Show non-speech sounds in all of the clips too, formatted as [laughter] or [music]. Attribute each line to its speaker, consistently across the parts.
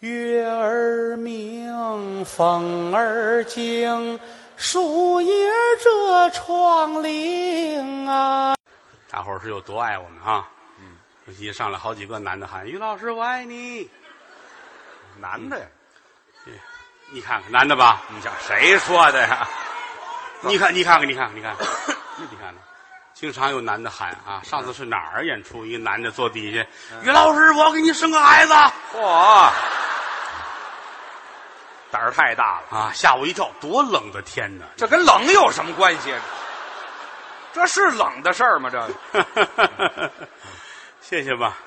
Speaker 1: 月儿明，风儿静，树叶遮窗棂啊。大伙儿是有多爱我们啊？嗯，一上来好几个男的喊：“于老师，我爱你嗯
Speaker 2: 男的呀？！”
Speaker 1: 你看看男的吧，
Speaker 2: 你想谁说的呀？
Speaker 1: 你看，你看看，你看看，你看 [coughs] 看，你看看，经常有男的喊啊。上次是哪儿演出？一个男的坐底下，
Speaker 2: 嗯
Speaker 1: 于老师，我要给你生个孩子
Speaker 2: 嚯，胆儿太大了，
Speaker 1: 啊！吓我一跳，多冷的天
Speaker 2: [laughs]
Speaker 1: 呐！
Speaker 2: 这跟冷有什么关系？啊这是冷的事儿吗？这个
Speaker 1: [laughs] 谢谢吧，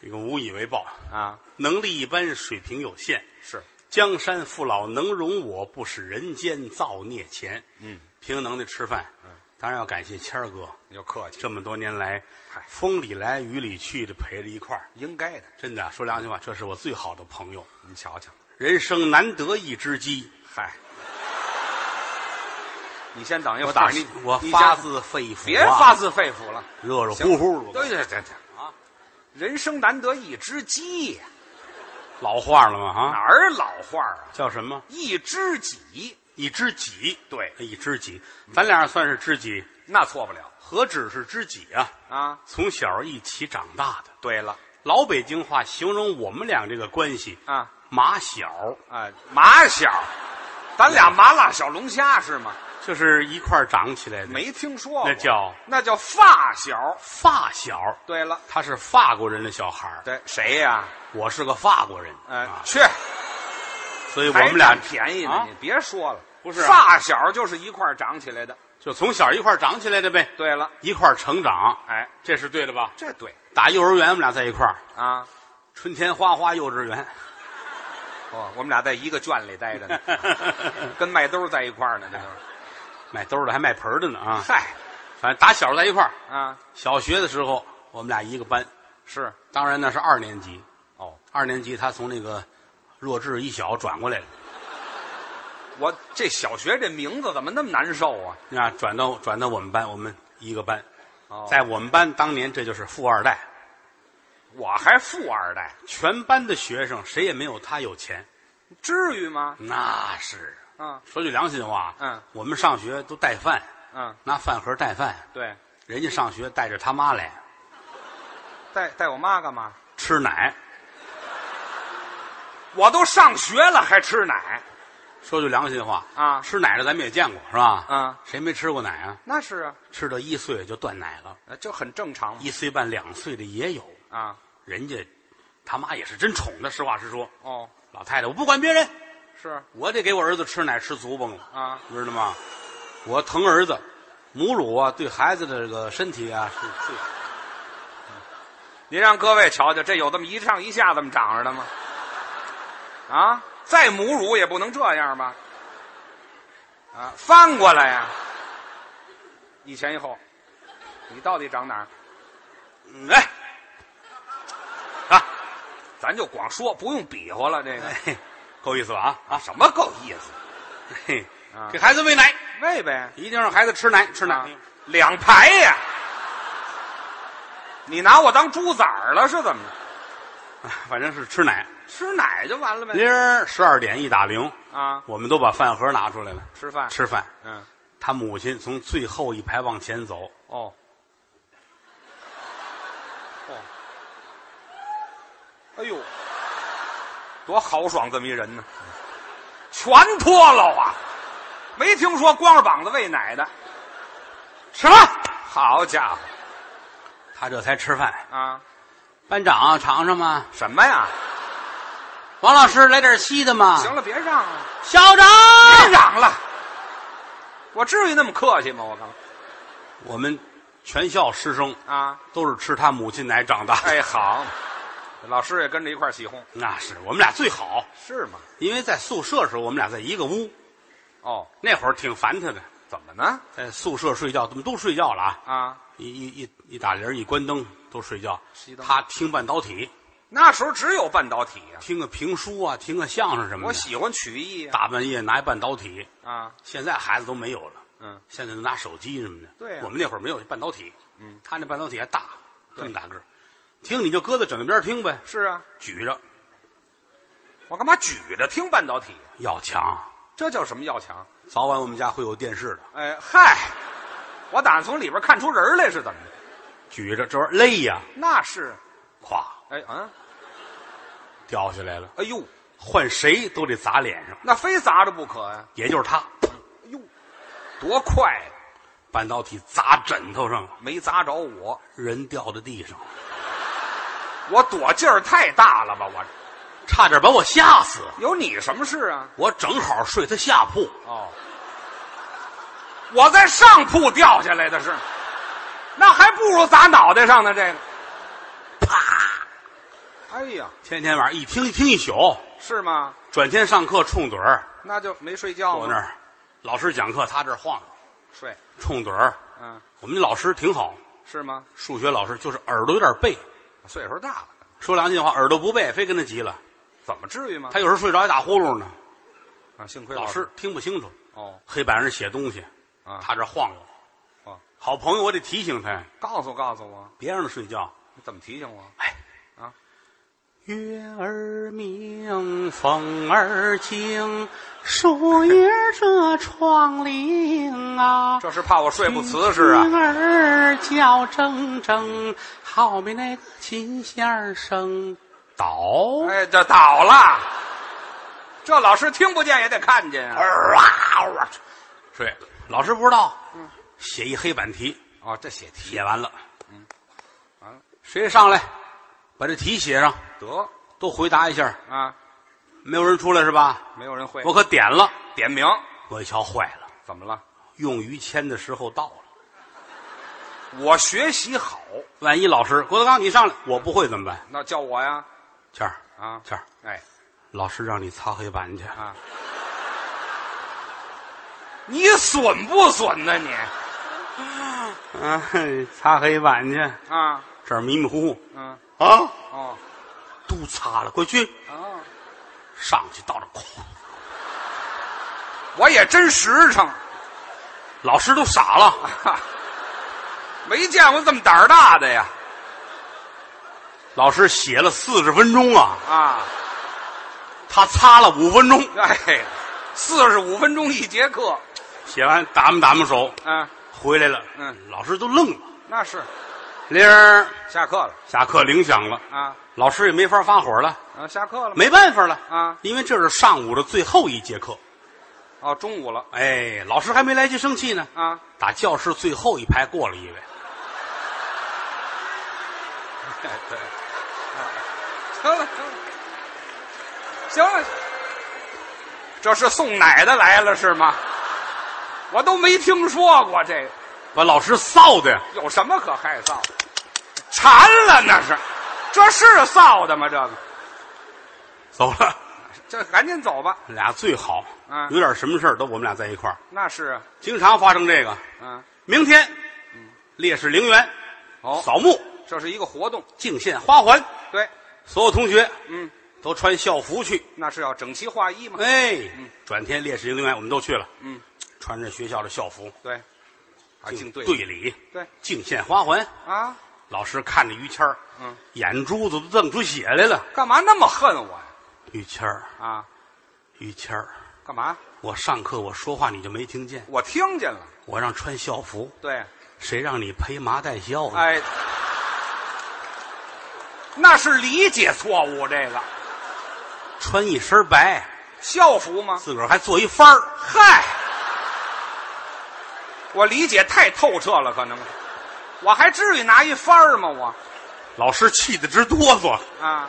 Speaker 1: 这个无以为报，
Speaker 2: 啊，
Speaker 1: 能力一般，水平有限。
Speaker 2: 是
Speaker 1: 江山父老能容我，不使人间造孽钱。
Speaker 2: 嗯，
Speaker 1: 凭能耐吃饭。
Speaker 2: 嗯，
Speaker 1: 当然要感谢谦儿哥，
Speaker 2: 你就客气，
Speaker 1: 这么多年来
Speaker 2: 嗨，
Speaker 1: 风里来雨里去的陪着一块儿。
Speaker 2: 应该的。
Speaker 1: 真的说良心话，这是我最好的朋友，
Speaker 2: 你瞧瞧，
Speaker 1: 人生难得一知己。
Speaker 2: 嗨，你先等一会
Speaker 1: 我
Speaker 2: 儿，
Speaker 1: 打
Speaker 2: 你
Speaker 1: 我
Speaker 2: 你
Speaker 1: 发
Speaker 2: 先
Speaker 1: 自肺腑、啊，
Speaker 2: 别发自肺腑了，
Speaker 1: 热热
Speaker 2: 行
Speaker 1: 乎乎的，
Speaker 2: 对对对对啊，人生难得一知己，
Speaker 1: 老话了嘛
Speaker 2: 哪
Speaker 1: 啊，
Speaker 2: 儿老话儿啊？
Speaker 1: 叫什么？
Speaker 2: 一知己，
Speaker 1: 一知己，哎
Speaker 2: 对，
Speaker 1: 一知己，咱俩算是知己，
Speaker 2: 那错不了
Speaker 1: 何止是知己啊？
Speaker 2: 啊。
Speaker 1: 从小一起长大的，
Speaker 2: 对了
Speaker 1: 老北京话形容我们俩这个关系，
Speaker 2: 啊
Speaker 1: 马小
Speaker 2: 啊，麻小，咱俩麻辣小龙虾是吗？
Speaker 1: 就是一块儿长起来的，
Speaker 2: 没听说过，
Speaker 1: 那叫
Speaker 2: 那叫发小。
Speaker 1: 发小，
Speaker 2: 对了，
Speaker 1: 他是法国人的小孩儿
Speaker 2: 对谁呀、
Speaker 1: 我是个法国人，
Speaker 2: 哎，
Speaker 1: 啊，
Speaker 2: 去，
Speaker 1: 所以我
Speaker 2: 还
Speaker 1: 们俩
Speaker 2: 占便宜呢，
Speaker 1: 啊
Speaker 2: 你别说了，
Speaker 1: 不是啊
Speaker 2: 发小就是一块儿长起来的。
Speaker 1: 就从小一块儿长起来的呗，
Speaker 2: 对了，
Speaker 1: 一块儿成长，
Speaker 2: 哎，
Speaker 1: 这是对的吧？
Speaker 2: 这对
Speaker 1: 打幼儿园我们俩在一块儿，
Speaker 2: 啊，
Speaker 1: 春天花花幼稚
Speaker 2: [laughs]
Speaker 1: 园，
Speaker 2: 哦，我们俩在一个圈里待着 [laughs] 呢，跟麦兜在一块儿呢，这都是。
Speaker 1: 买兜儿的还卖盆儿的呢啊！
Speaker 2: 嗨
Speaker 1: 反正打小在一块儿，
Speaker 2: 啊，
Speaker 1: 小学的时候我们俩一个班，
Speaker 2: 是
Speaker 1: 当然那是二年级，
Speaker 2: 哦，
Speaker 1: 二年级他从那个弱智一小转过来了，
Speaker 2: 我这小学这名字怎么那么难受啊？
Speaker 1: 啊，转到转到我们班，我们一个班，
Speaker 2: 哦
Speaker 1: 在我们班当年这就是富二代，
Speaker 2: 我还富二代，
Speaker 1: 全班的学生谁也没有他有钱，
Speaker 2: 至于吗？
Speaker 1: 那是
Speaker 2: 嗯
Speaker 1: 说句良心话，
Speaker 2: 嗯，
Speaker 1: 我们上学都带饭，
Speaker 2: 嗯，
Speaker 1: 拿饭盒带饭，
Speaker 2: 对，
Speaker 1: 人家上学带着他妈来
Speaker 2: 带带我妈干嘛？
Speaker 1: 吃奶。
Speaker 2: 我都上学了还吃奶，
Speaker 1: 说句良心话
Speaker 2: 啊
Speaker 1: 吃奶的咱们也见过是吧？
Speaker 2: 嗯
Speaker 1: 谁没吃过奶啊？
Speaker 2: 那是啊，
Speaker 1: 吃到一岁就断奶了，
Speaker 2: 呃就很正常嘛
Speaker 1: 一岁半、两岁的也有。
Speaker 2: 啊。
Speaker 1: 人家他妈也是真宠的，实话实说。
Speaker 2: 哦，
Speaker 1: 老太太，我不管别人，
Speaker 2: 是
Speaker 1: 我得给我儿子吃奶吃足崩了，
Speaker 2: 啊，
Speaker 1: 你知道吗？我疼儿子，母乳啊，对孩子的这个身体啊是最
Speaker 2: 您让各位瞧瞧，这有这么一上一下这么长着的吗？啊，再母乳也不能这样吧？啊，翻过来呀、一前一后，你到底长哪儿？
Speaker 1: 嗯哎啊
Speaker 2: 咱就光说，不用比划了。这个、
Speaker 1: 哎，够意思吧啊啊！
Speaker 2: 什么够意思？
Speaker 1: 嘿
Speaker 2: 啊，
Speaker 1: 给孩子喂奶，
Speaker 2: 喂呗，
Speaker 1: 一定让孩子吃奶，吃
Speaker 2: 是
Speaker 1: 奶。
Speaker 2: 哪？两排呀、你拿我当猪崽儿了是怎么着？
Speaker 1: 反正是吃奶。
Speaker 2: 吃奶就完了呗。
Speaker 1: 铃儿十二点一打铃，
Speaker 2: 啊，
Speaker 1: 我们都把饭盒拿出来了，
Speaker 2: 吃饭。
Speaker 1: 吃饭。
Speaker 2: 嗯，
Speaker 1: 他母亲从最后一排往前走，
Speaker 2: 哦，哦，哎呦，多豪爽这么一人呢，全脱了啊！没听说光着膀子喂奶的，
Speaker 1: 吃饭，
Speaker 2: 好家伙
Speaker 1: 他这才吃饭。
Speaker 2: 啊！
Speaker 1: 班长尝尝吗？
Speaker 2: 什么呀？
Speaker 1: 王老师来点稀的吗？
Speaker 2: 行了，哎别让了，
Speaker 1: 校长，
Speaker 2: 别嚷了，我至于那么客气吗？我刚
Speaker 1: 我们全校师生
Speaker 2: 啊，
Speaker 1: 都是吃他母亲奶长大。
Speaker 2: 哎，好，老师也跟着一块儿起哄，
Speaker 1: 那是我们俩最好，
Speaker 2: 是吗？
Speaker 1: 因为在宿舍的时候我们俩在一个屋，
Speaker 2: 哦，
Speaker 1: 那会儿挺烦他的，
Speaker 2: 怎么呢？
Speaker 1: 在宿舍睡觉，怎么都睡觉了啊？
Speaker 2: 啊，
Speaker 1: 一一一一打铃儿一关灯都睡觉
Speaker 2: 熄，灯
Speaker 1: 他听半导体，
Speaker 2: 那时候只有半导体呀、
Speaker 1: 听个评书啊，听个相声什么
Speaker 2: 我
Speaker 1: 的。
Speaker 2: 喜欢曲艺呀、
Speaker 1: 大半夜拿一半导体，
Speaker 2: 啊。
Speaker 1: 现在孩子都没有了，
Speaker 2: 嗯，
Speaker 1: 现在都拿手机什么的。
Speaker 2: 对呀
Speaker 1: 我们那会儿没有半导体，
Speaker 2: 嗯，
Speaker 1: 他那半导体还大，这么大个儿，听你就搁在枕头边儿听呗，
Speaker 2: 是啊，
Speaker 1: 举着，
Speaker 2: 我干嘛举着听半导体？
Speaker 1: 要强，
Speaker 2: 这叫什么要强？
Speaker 1: 早晚我们家会有电视的。
Speaker 2: 哎嗨，我打算从里边看出人来是怎么的？
Speaker 1: 举着这玩意儿累呀，
Speaker 2: 那是，
Speaker 1: 咵
Speaker 2: 哎嗯，
Speaker 1: 掉下来了，
Speaker 2: 哎呦，
Speaker 1: 换谁都得砸脸上，
Speaker 2: 那非砸着不可呀、
Speaker 1: 也就是他，
Speaker 2: 哎呦，多快呀、
Speaker 1: 半导体砸枕头上了，
Speaker 2: 没砸着我，
Speaker 1: 人掉在地上，
Speaker 2: 我躲劲儿太大了吧？我
Speaker 1: 差点把我吓死。
Speaker 2: 有你什么事啊？
Speaker 1: 我正好睡他下铺，
Speaker 2: 哦，我在上铺掉下来的是，那还不如砸脑袋上呢。这个，啪！哎呀，
Speaker 1: 天天晚上一听一听一宿，
Speaker 2: 是吗？
Speaker 1: 转天上课冲盹儿，
Speaker 2: 那就没睡觉
Speaker 1: 坐那
Speaker 2: 吗？
Speaker 1: 儿，老师讲课，他这儿晃悠，
Speaker 2: 睡，
Speaker 1: 冲盹儿。
Speaker 2: 嗯，
Speaker 1: 我们老师挺好，
Speaker 2: 是吗？
Speaker 1: 数学老师就是耳朵有点背，
Speaker 2: 岁数大了，
Speaker 1: 说良心话，耳朵不背，非跟他急了。
Speaker 2: 怎么至于吗？
Speaker 1: 他有时候睡着还打呼噜呢，
Speaker 2: 啊，幸亏
Speaker 1: 老师听不清楚，
Speaker 2: 哦
Speaker 1: 黑板上写东西，
Speaker 2: 啊，
Speaker 1: 他这晃悠。
Speaker 2: 啊
Speaker 1: 好朋友，我得提醒他，
Speaker 2: 告诉告诉我，
Speaker 1: 别让他睡觉。
Speaker 2: 你怎么提醒我？
Speaker 1: 哎，
Speaker 2: 啊，
Speaker 1: 月儿明，风儿静，树叶遮窗棂啊。
Speaker 2: 这是怕我睡不瓷实啊。
Speaker 1: 儿叫铮铮，好比那个琴弦儿声倒。
Speaker 2: 哎，这倒了，这老师听不见也得看见啊。
Speaker 1: 儿啊！ [laughs] 睡了，老师不知道，写一黑板题，
Speaker 2: 哦，这写题
Speaker 1: 写完了，嗯
Speaker 2: 完了
Speaker 1: 谁上来把这题写上，
Speaker 2: 得
Speaker 1: 都回答一下，
Speaker 2: 啊，
Speaker 1: 没有人出来是吧？
Speaker 2: 没有人会
Speaker 1: 我可点了，
Speaker 2: 点名，
Speaker 1: 我一瞧坏了，
Speaker 2: 怎么了？
Speaker 1: 用于谦的时候到了，
Speaker 2: 我学习好，
Speaker 1: 万一老师郭德纲你上来，我不会怎么办？
Speaker 2: 那叫我呀
Speaker 1: 谦儿，
Speaker 2: 啊，
Speaker 1: 谦儿，
Speaker 2: 哎
Speaker 1: 老师让你擦黑板去，
Speaker 2: 啊，你损不损呢你
Speaker 1: 啊，擦黑板去，
Speaker 2: 啊？
Speaker 1: 这儿迷迷糊糊
Speaker 2: 嗯，
Speaker 1: 啊，
Speaker 2: 哦
Speaker 1: 都擦了，快去
Speaker 2: 哦，
Speaker 1: 上去到这，哐，
Speaker 2: 我也真实诚，
Speaker 1: 老师都傻了，
Speaker 2: 没见过这么胆儿大的呀
Speaker 1: 老师写了四十分钟啊。
Speaker 2: 啊！
Speaker 1: 他擦了五分钟，
Speaker 2: 哎，四十五分钟一节课，
Speaker 1: 写完打磨打磨手，
Speaker 2: 啊，
Speaker 1: 回来了。
Speaker 2: 嗯，
Speaker 1: 老师都愣了。
Speaker 2: 那是
Speaker 1: 铃儿，
Speaker 2: 下课了
Speaker 1: 下课铃响了，
Speaker 2: 啊
Speaker 1: 老师也没法发火了，
Speaker 2: 啊，下课了吗
Speaker 1: 没办法了，
Speaker 2: 啊，
Speaker 1: 因为这是上午的最后一节课。
Speaker 2: 哦，中午了
Speaker 1: 哎，老师还没来及生气呢，
Speaker 2: 啊，
Speaker 1: 打教室最后一排过了一位，
Speaker 2: 哎对，行了行了，行了，这是送奶的来了是吗？我都没听说过这个，
Speaker 1: 把老师臊的呀，
Speaker 2: 有什么可害臊的？馋了那是，这是臊的吗？这个，
Speaker 1: 走了。
Speaker 2: 这赶紧走吧。
Speaker 1: 俩最好，
Speaker 2: 嗯
Speaker 1: 有点什么事儿都我们俩在一块儿，
Speaker 2: 那是啊，
Speaker 1: 经常发生这个。
Speaker 2: 嗯，
Speaker 1: 明天，烈士陵园
Speaker 2: 哦，
Speaker 1: 扫墓，
Speaker 2: 这是一个活动，
Speaker 1: 敬献花环，
Speaker 2: 对，
Speaker 1: 所有同学
Speaker 2: 嗯，
Speaker 1: 都穿校服去。
Speaker 2: 那是要整齐划一嘛。
Speaker 1: 哎，转天烈士营陵园我们都去了，
Speaker 2: 嗯，
Speaker 1: 穿着学校的校服，
Speaker 2: 对，啊，敬队
Speaker 1: 队礼，
Speaker 2: 对
Speaker 1: 敬献花环。
Speaker 2: 啊，
Speaker 1: 老师看着于谦儿，
Speaker 2: 嗯，
Speaker 1: 眼珠子都瞪出血来了。
Speaker 2: 干嘛那么恨我呀？
Speaker 1: 于谦儿，
Speaker 2: 啊，
Speaker 1: 于谦儿，
Speaker 2: 干嘛？
Speaker 1: 我上课我说话你就没听见，
Speaker 2: 我听见了。
Speaker 1: 我让穿校服，
Speaker 2: 对，
Speaker 1: 谁让你披麻戴孝的？
Speaker 2: 哎，那是理解错误。这个
Speaker 1: 穿一身白，
Speaker 2: 校服吗？
Speaker 1: 自个儿还做一幡儿，
Speaker 2: 嗨，我理解太透彻了，可能我还至于拿一番儿吗？我
Speaker 1: 老师气得直哆嗦，
Speaker 2: 啊，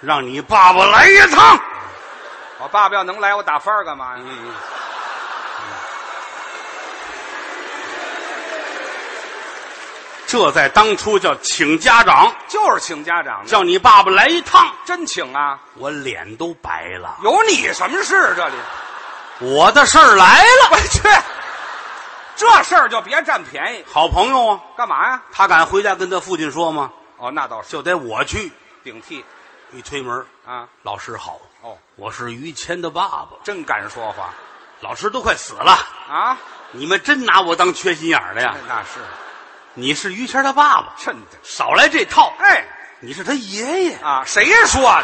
Speaker 1: 让你爸爸来一趟。
Speaker 2: 我爸爸要能来，我打番儿干嘛呀？
Speaker 1: 嗯，这在当初叫请家长，
Speaker 2: 就是请家长呢，
Speaker 1: 叫你爸爸来一趟，
Speaker 2: 真请啊！
Speaker 1: 我脸都白了。
Speaker 2: 有你什么事？这里， [laughs]
Speaker 1: 我的事儿来
Speaker 2: 我
Speaker 1: 了，
Speaker 2: 去，这事儿就别占便宜，
Speaker 1: 好朋友啊，
Speaker 2: 干嘛呀？
Speaker 1: 他敢回家跟他父亲说吗？
Speaker 2: 哦，那倒是
Speaker 1: 就得我去。
Speaker 2: 顶替
Speaker 1: 一推门，
Speaker 2: 啊。
Speaker 1: 老师好，
Speaker 2: 哦，
Speaker 1: 我是于谦的爸爸。
Speaker 2: 真敢说话
Speaker 1: 老师都快死了，
Speaker 2: 啊！
Speaker 1: 你们真拿我当缺心眼儿的呀？
Speaker 2: 那是
Speaker 1: 你是于谦他爸爸，
Speaker 2: 真的。
Speaker 1: 少来这套。
Speaker 2: 哎
Speaker 1: 你是他爷爷，
Speaker 2: 啊，谁说的？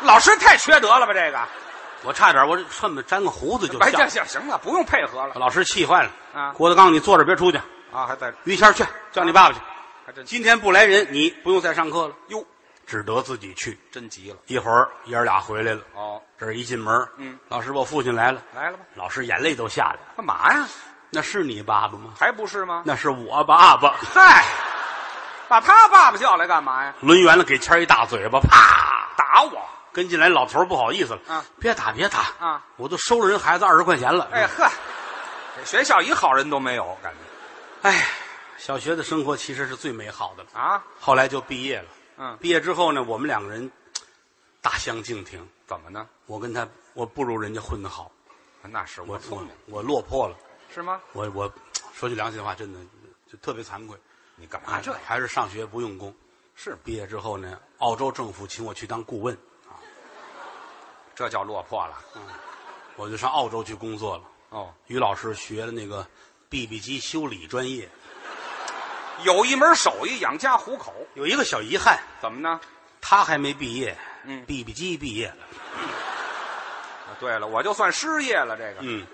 Speaker 2: 老师太缺德了吧？这个，
Speaker 1: 我差点我恨不得粘个胡子就
Speaker 2: 哎，
Speaker 1: 笑
Speaker 2: 这。行行了，不用配合了
Speaker 1: 老师气坏了
Speaker 2: 啊
Speaker 1: 郭德纲，你坐这儿别出去，
Speaker 2: 啊，还在
Speaker 1: 于谦儿去叫你爸爸去。
Speaker 2: 还真
Speaker 1: 今天不来人，你不用再上课了，
Speaker 2: 哟，
Speaker 1: 只得自己去。
Speaker 2: 真急了
Speaker 1: 一会儿爷儿俩回来了，
Speaker 2: 哦，
Speaker 1: 这儿一进门，
Speaker 2: 嗯，
Speaker 1: 老师，我父亲来了。
Speaker 2: 来了吧？
Speaker 1: 老师眼泪都下来了，
Speaker 2: 干嘛呀？
Speaker 1: 那是你爸爸吗？
Speaker 2: 还不是吗？
Speaker 1: 那是我爸爸。
Speaker 2: 嗨，把他爸爸叫来干嘛呀？
Speaker 1: 抡圆了给谦儿一大嘴巴，啪！
Speaker 2: 打我！
Speaker 1: 跟进来老头儿不好意思了，
Speaker 2: 啊，
Speaker 1: 别打别打
Speaker 2: 啊，
Speaker 1: 我都收了人孩子二十块钱了。
Speaker 2: 哎呵，这学校一好人都没有，感觉
Speaker 1: 哎，小学的生活其实是最美好的了。
Speaker 2: 啊，
Speaker 1: 后来就毕业了，
Speaker 2: 嗯，
Speaker 1: 毕业之后呢，我们两个人大相径庭。
Speaker 2: 怎么呢？
Speaker 1: 我跟他，我不如人家混得好，
Speaker 2: 那是
Speaker 1: 我
Speaker 2: 我聪
Speaker 1: 我
Speaker 2: 明，
Speaker 1: 我落魄了，
Speaker 2: 是吗？
Speaker 1: 我我说句良心话，真的就特别惭愧
Speaker 2: 你干嘛啊这样？
Speaker 1: 啊还是上学不用功。
Speaker 2: 是
Speaker 1: 毕业之后呢，澳洲政府请我去当顾问，
Speaker 2: 这叫落魄了
Speaker 1: 我就上澳洲去工作了。
Speaker 2: 哦。
Speaker 1: 于老师学了那个 BB 机修理专业，
Speaker 2: 有一门手艺养家糊口，
Speaker 1: 有一个小遗憾，
Speaker 2: 怎么呢？
Speaker 1: 他还没毕业，
Speaker 2: 嗯
Speaker 1: ，BB 机毕业了，
Speaker 2: 啊对了，我就算失业了。这个
Speaker 1: 嗯，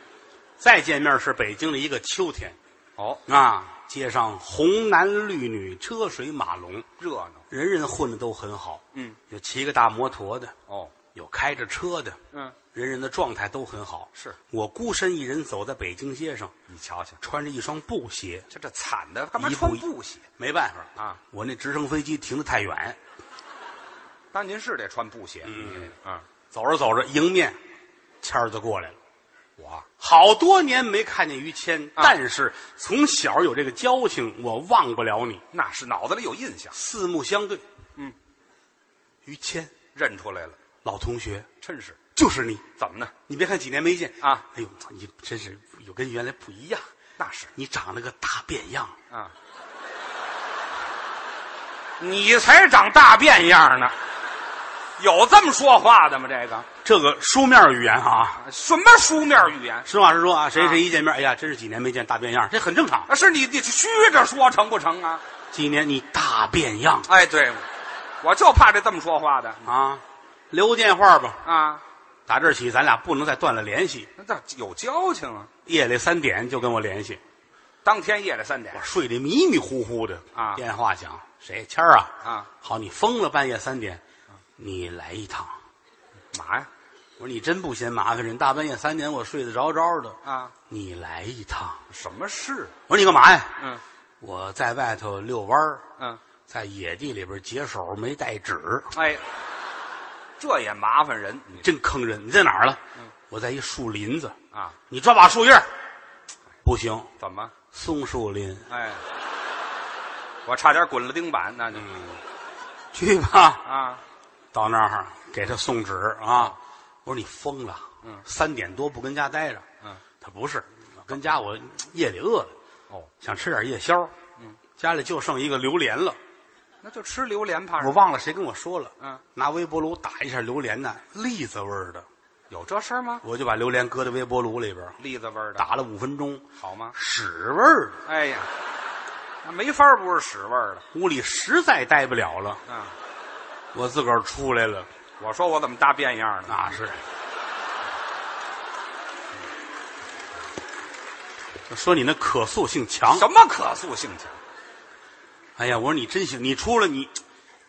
Speaker 1: 再见面是北京的一个秋天
Speaker 2: 哦，
Speaker 1: 啊，街上红男绿女，车水马龙，
Speaker 2: 热闹
Speaker 1: 人人混的都很好，
Speaker 2: 嗯，
Speaker 1: 有骑个大摩托的，
Speaker 2: 哦，
Speaker 1: 有开着车的，
Speaker 2: 嗯，
Speaker 1: 人人的状态都很好。
Speaker 2: 是
Speaker 1: 我孤身一人走在北京街上，
Speaker 2: 你瞧瞧，
Speaker 1: 穿着一双布鞋，
Speaker 2: 这这惨的，干嘛
Speaker 1: 一
Speaker 2: 穿
Speaker 1: 步一
Speaker 2: 布鞋？
Speaker 1: 没办法
Speaker 2: 啊，
Speaker 1: 我那直升飞机停得太远，
Speaker 2: 当然您是得穿布鞋，嗯嗯，
Speaker 1: 走着走着，迎面谦儿就过来了。
Speaker 2: 我
Speaker 1: 好多年没看见于谦，
Speaker 2: 啊
Speaker 1: 但是从小有这个交情，我忘不了你。
Speaker 2: 那是脑子里有印象，
Speaker 1: 四目相对，
Speaker 2: 嗯，
Speaker 1: 于谦
Speaker 2: 认出来了，
Speaker 1: 老同学
Speaker 2: 真是
Speaker 1: 就是你。
Speaker 2: 怎么呢？
Speaker 1: 你别看几年没见
Speaker 2: 啊，
Speaker 1: 哎呦，你真是有跟原来不一样，
Speaker 2: 那是
Speaker 1: 你长了个大变样。
Speaker 2: 啊， [laughs] 你才长大变样呢，有这么说话的吗？这个
Speaker 1: 这个书面语言啊，
Speaker 2: 什么书面语言？
Speaker 1: 实话实说啊，谁
Speaker 2: 啊
Speaker 1: 谁一见面，哎呀，真是几年没见大变样，这很正常。
Speaker 2: 啊，是你你虚着说成不成啊？
Speaker 1: 几年你大变样
Speaker 2: 哎，对，我就怕这这么说话的
Speaker 1: 啊，留个电话吧。
Speaker 2: 啊。
Speaker 1: 打这儿起，咱俩不能再断了联系。
Speaker 2: 那倒有交情啊！
Speaker 1: 夜里三点就跟我联系，
Speaker 2: 当天夜里三点
Speaker 1: 我睡得迷迷糊糊的
Speaker 2: 啊
Speaker 1: 电话响，谁？谦儿啊？
Speaker 2: 啊，
Speaker 1: 好，你疯了，半夜三点，你来一趟。
Speaker 2: 嘛呀？
Speaker 1: 我说你真不嫌麻烦人，大半夜三点我睡得着着的，
Speaker 2: 啊，
Speaker 1: 你来一趟。
Speaker 2: 什么事？
Speaker 1: 我说你干嘛呀？
Speaker 2: 嗯
Speaker 1: 我在外头遛弯儿，
Speaker 2: 嗯，
Speaker 1: 在野地里边解手没带纸，
Speaker 2: 哎，这也麻烦人，你
Speaker 1: 真坑人。你在哪儿了？我在一树林子，
Speaker 2: 啊？
Speaker 1: 你抓把树叶儿，不行，
Speaker 2: 怎么？
Speaker 1: 松树林，
Speaker 2: 哎，我差点滚了钉板，那就
Speaker 1: 去吧。
Speaker 2: 啊，
Speaker 1: 到那儿给他送纸啊！我说你疯了，嗯，三点多不跟家待着，
Speaker 2: 嗯，
Speaker 1: 他不是，跟家我夜里饿了，
Speaker 2: 哦，
Speaker 1: 想吃点夜宵，嗯，家里就剩一个榴莲了，
Speaker 2: 那就吃榴莲怕什
Speaker 1: 我
Speaker 2: 么？
Speaker 1: 忘了谁跟我说了，
Speaker 2: 嗯，
Speaker 1: 拿微波炉打一下榴莲呢，栗子味儿的，
Speaker 2: 有这事儿吗？
Speaker 1: 我就把榴莲搁在微波炉里边
Speaker 2: 栗子味儿的，
Speaker 1: 打了五分钟，
Speaker 2: 好吗？
Speaker 1: 屎味儿的，
Speaker 2: 哎呀，那没法不是屎味儿的
Speaker 1: 屋里实在待不了了，
Speaker 2: 啊！
Speaker 1: 我自个儿出来了，
Speaker 2: 我说我怎么大变样呢？
Speaker 1: 那是。说你那可塑性强，
Speaker 2: 什么可塑性强
Speaker 1: 哎呀，我说你真行，你出来你，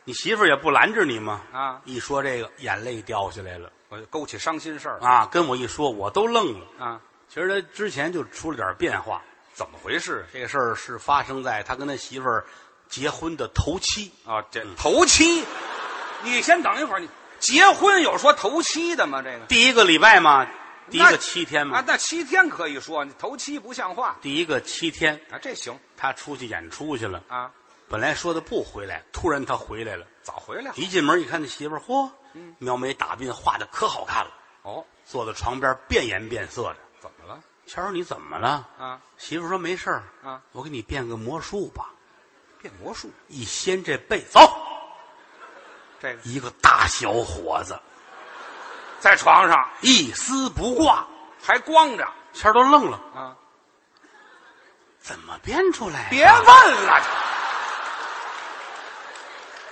Speaker 1: 你媳妇儿也不拦着你吗？
Speaker 2: 啊
Speaker 1: 一说这个，眼泪掉下来了
Speaker 2: 我就勾起伤心事儿了
Speaker 1: 啊！跟我一说，我都愣了。
Speaker 2: 啊？
Speaker 1: 其实他之前就出了点变化，
Speaker 2: 怎么回事？啊嗯
Speaker 1: 这个事儿是发生在他跟他媳妇儿结婚的头七。
Speaker 2: 啊，这头七，你先等一会儿，你结婚有说头七的吗？这个
Speaker 1: 第一个礼拜嘛，第一
Speaker 2: 那
Speaker 1: 个七天
Speaker 2: 啊
Speaker 1: 嘛，，
Speaker 2: 那七天可以说，你头七不像话
Speaker 1: 第一个七天
Speaker 2: 啊，这行
Speaker 1: 他出去演出去了，
Speaker 2: 啊，
Speaker 1: 本来说的不回来，突然他回来了。
Speaker 2: 早回来
Speaker 1: 一进门一看，那媳妇儿，嚯，
Speaker 2: 嗯
Speaker 1: 描眉打鬓，画的可好看了，
Speaker 2: 哦，
Speaker 1: 坐在床边变颜变色的。
Speaker 2: 怎么了
Speaker 1: 谦儿，你怎么了？
Speaker 2: 啊？
Speaker 1: 媳妇儿说没事儿
Speaker 2: 啊，
Speaker 1: 我给你变个魔术吧。
Speaker 2: 变魔术
Speaker 1: 一掀这被，走，
Speaker 2: 这个
Speaker 1: 一个大小伙子
Speaker 2: 在床上
Speaker 1: 一丝不挂，
Speaker 2: 还光着
Speaker 1: 谦儿都愣了，
Speaker 2: 啊，
Speaker 1: 怎么变出来、啊
Speaker 2: 别问，了，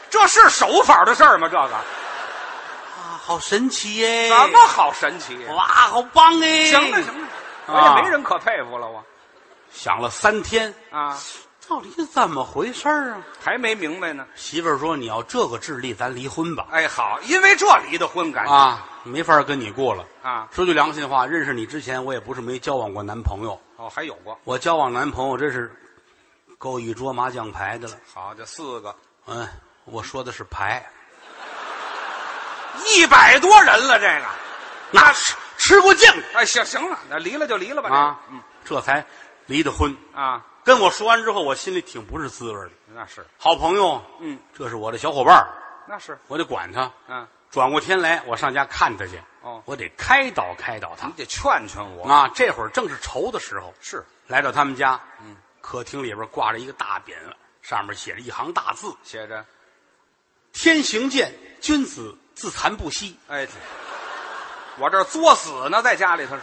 Speaker 2: 这是手法的事儿吗？这个
Speaker 1: 啊，好神奇耶！
Speaker 2: 怎么好神奇呀、
Speaker 1: 哇，好棒哎！
Speaker 2: 行了行了，
Speaker 1: 啊
Speaker 2: 我也没人可佩服了，我
Speaker 1: 想了三天，
Speaker 2: 啊，
Speaker 1: 到底怎么回事儿啊？
Speaker 2: 还没明白呢。
Speaker 1: 媳妇儿说：“你要这个智力，咱离婚吧。
Speaker 2: 哎，好，因为这离的婚，”感觉
Speaker 1: 啊，没法跟你过了。
Speaker 2: 啊，
Speaker 1: 说句良心话，认识你之前，我也不是没交往过男朋友。
Speaker 2: 哦，还有过，
Speaker 1: 我交往男朋友真是够一桌麻将牌的了。
Speaker 2: 好，这四个，
Speaker 1: 嗯，我说的是牌，
Speaker 2: 一百多人了，这个。
Speaker 1: 那吃吃过酱
Speaker 2: 哎，行行了，那离了就离了吧。
Speaker 1: 啊
Speaker 2: 这个嗯，
Speaker 1: 这才离的婚。
Speaker 2: 啊，
Speaker 1: 跟我说完之后，我心里挺不是滋味的。
Speaker 2: 那是，
Speaker 1: 好朋友，
Speaker 2: 嗯，
Speaker 1: 这是我的小伙伴儿
Speaker 2: 那是，
Speaker 1: 我得管他。
Speaker 2: 嗯，
Speaker 1: 转过天来，我上家看他去。
Speaker 2: 哦
Speaker 1: 我得开导开导他
Speaker 2: 你。得劝劝我。
Speaker 1: 啊，这会儿正是愁的时候。
Speaker 2: 是，
Speaker 1: 来到他们家，嗯，客厅里边挂着一个大匾额，上面写着一行大字
Speaker 2: 写着，：“
Speaker 1: 天行健，君子自残不息。
Speaker 2: 哎，这我这儿作死呢，在家里头是”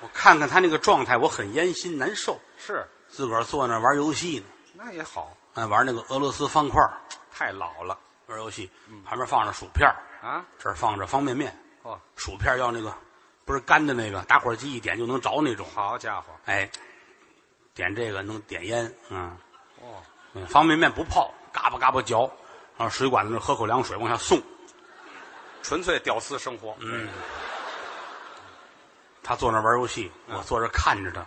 Speaker 1: 我看看他那个状态，我很烟心难受。
Speaker 2: 是，
Speaker 1: 自个儿坐那玩游戏呢，
Speaker 2: 那也好，
Speaker 1: 啊，玩那个俄罗斯方块，
Speaker 2: 太老了
Speaker 1: 玩游戏，旁边放着薯片，
Speaker 2: 啊。
Speaker 1: 这儿放着方便面，
Speaker 2: 哦，
Speaker 1: 薯片要那个不是干的那个，打火机一点就能着那种。
Speaker 2: 好家伙，
Speaker 1: 哎，点这个能点烟，嗯，
Speaker 2: 哦，
Speaker 1: 嗯方便面不泡，嘎巴嘎巴嚼，然后水管子那儿喝口凉水往下送。
Speaker 2: 纯粹屌丝生活。嗯，
Speaker 1: 他坐那儿玩游戏，
Speaker 2: 嗯
Speaker 1: 我坐这儿看着他，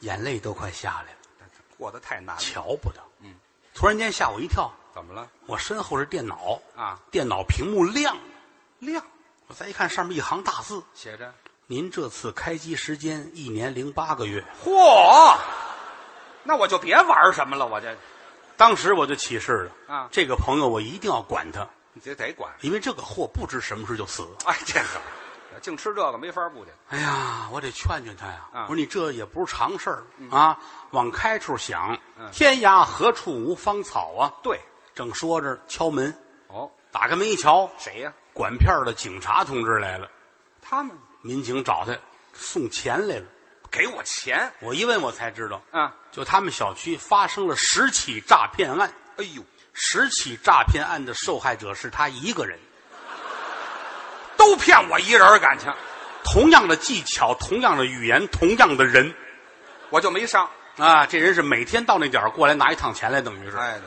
Speaker 1: 眼泪都快下来了，
Speaker 2: 过得太难了。
Speaker 1: 瞧不得。
Speaker 2: 嗯
Speaker 1: 突然间吓我一跳，
Speaker 2: 怎么了？
Speaker 1: 我身后是电脑
Speaker 2: 啊，
Speaker 1: 电脑屏幕亮，
Speaker 2: 亮
Speaker 1: 我再一看上面一行大字
Speaker 2: 写着，：“
Speaker 1: 您这次开机时间一年零八个月。
Speaker 2: 嚯，那我就别玩什么了，我这”
Speaker 1: 当时我就起誓了
Speaker 2: 啊
Speaker 1: 这个朋友我一定要管他，
Speaker 2: 你这得管。
Speaker 1: 因为这个货不知什么时候就死。
Speaker 2: 哎，这个净吃这个没法不去。
Speaker 1: 哎呀，我得劝劝他呀！
Speaker 2: 啊
Speaker 1: 我说你这也不是常事儿、啊，往开处想，
Speaker 2: 嗯
Speaker 1: 天涯何处无芳草啊！
Speaker 2: 对，
Speaker 1: 正说着，敲门，
Speaker 2: 哦，
Speaker 1: 打开门一瞧，
Speaker 2: 谁呀、
Speaker 1: 管片儿的警察同志来了，
Speaker 2: 他们
Speaker 1: 民警找他送钱来了。
Speaker 2: 给我钱
Speaker 1: 我一问，我才知道，
Speaker 2: 啊！
Speaker 1: 就他们小区发生了十起诈骗案，
Speaker 2: 哎呦，
Speaker 1: 十起诈骗案的受害者是他一个人。
Speaker 2: 都骗我一人儿感情，
Speaker 1: 同样的技巧，同样的语言，同样的人
Speaker 2: 我就没上。
Speaker 1: 啊，这人是每天到那点儿过来拿一趟钱来，等于是。
Speaker 2: 哎的，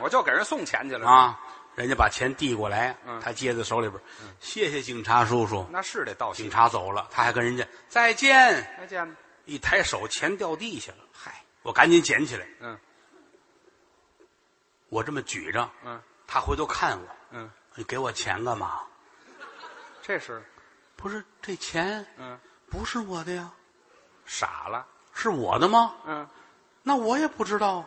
Speaker 2: 我就给人送钱去了。
Speaker 1: 啊，人家把钱递过来，
Speaker 2: 嗯
Speaker 1: 他接在手里边，谢谢警察叔叔。
Speaker 2: 那是得道
Speaker 1: 警
Speaker 2: 谢。
Speaker 1: 察走了，他还跟人家再见，
Speaker 2: 再见吧。
Speaker 1: 一抬手钱掉地下了。嗨，我赶紧捡起来，
Speaker 2: 嗯
Speaker 1: 我这么举着，
Speaker 2: 嗯
Speaker 1: 他回头看我，
Speaker 2: 嗯，
Speaker 1: 你给我钱干嘛？
Speaker 2: 这是
Speaker 1: 不是这钱
Speaker 2: 嗯
Speaker 1: 不是我的呀，
Speaker 2: 傻了。
Speaker 1: 是我的吗？
Speaker 2: 嗯，
Speaker 1: 那我也不知道。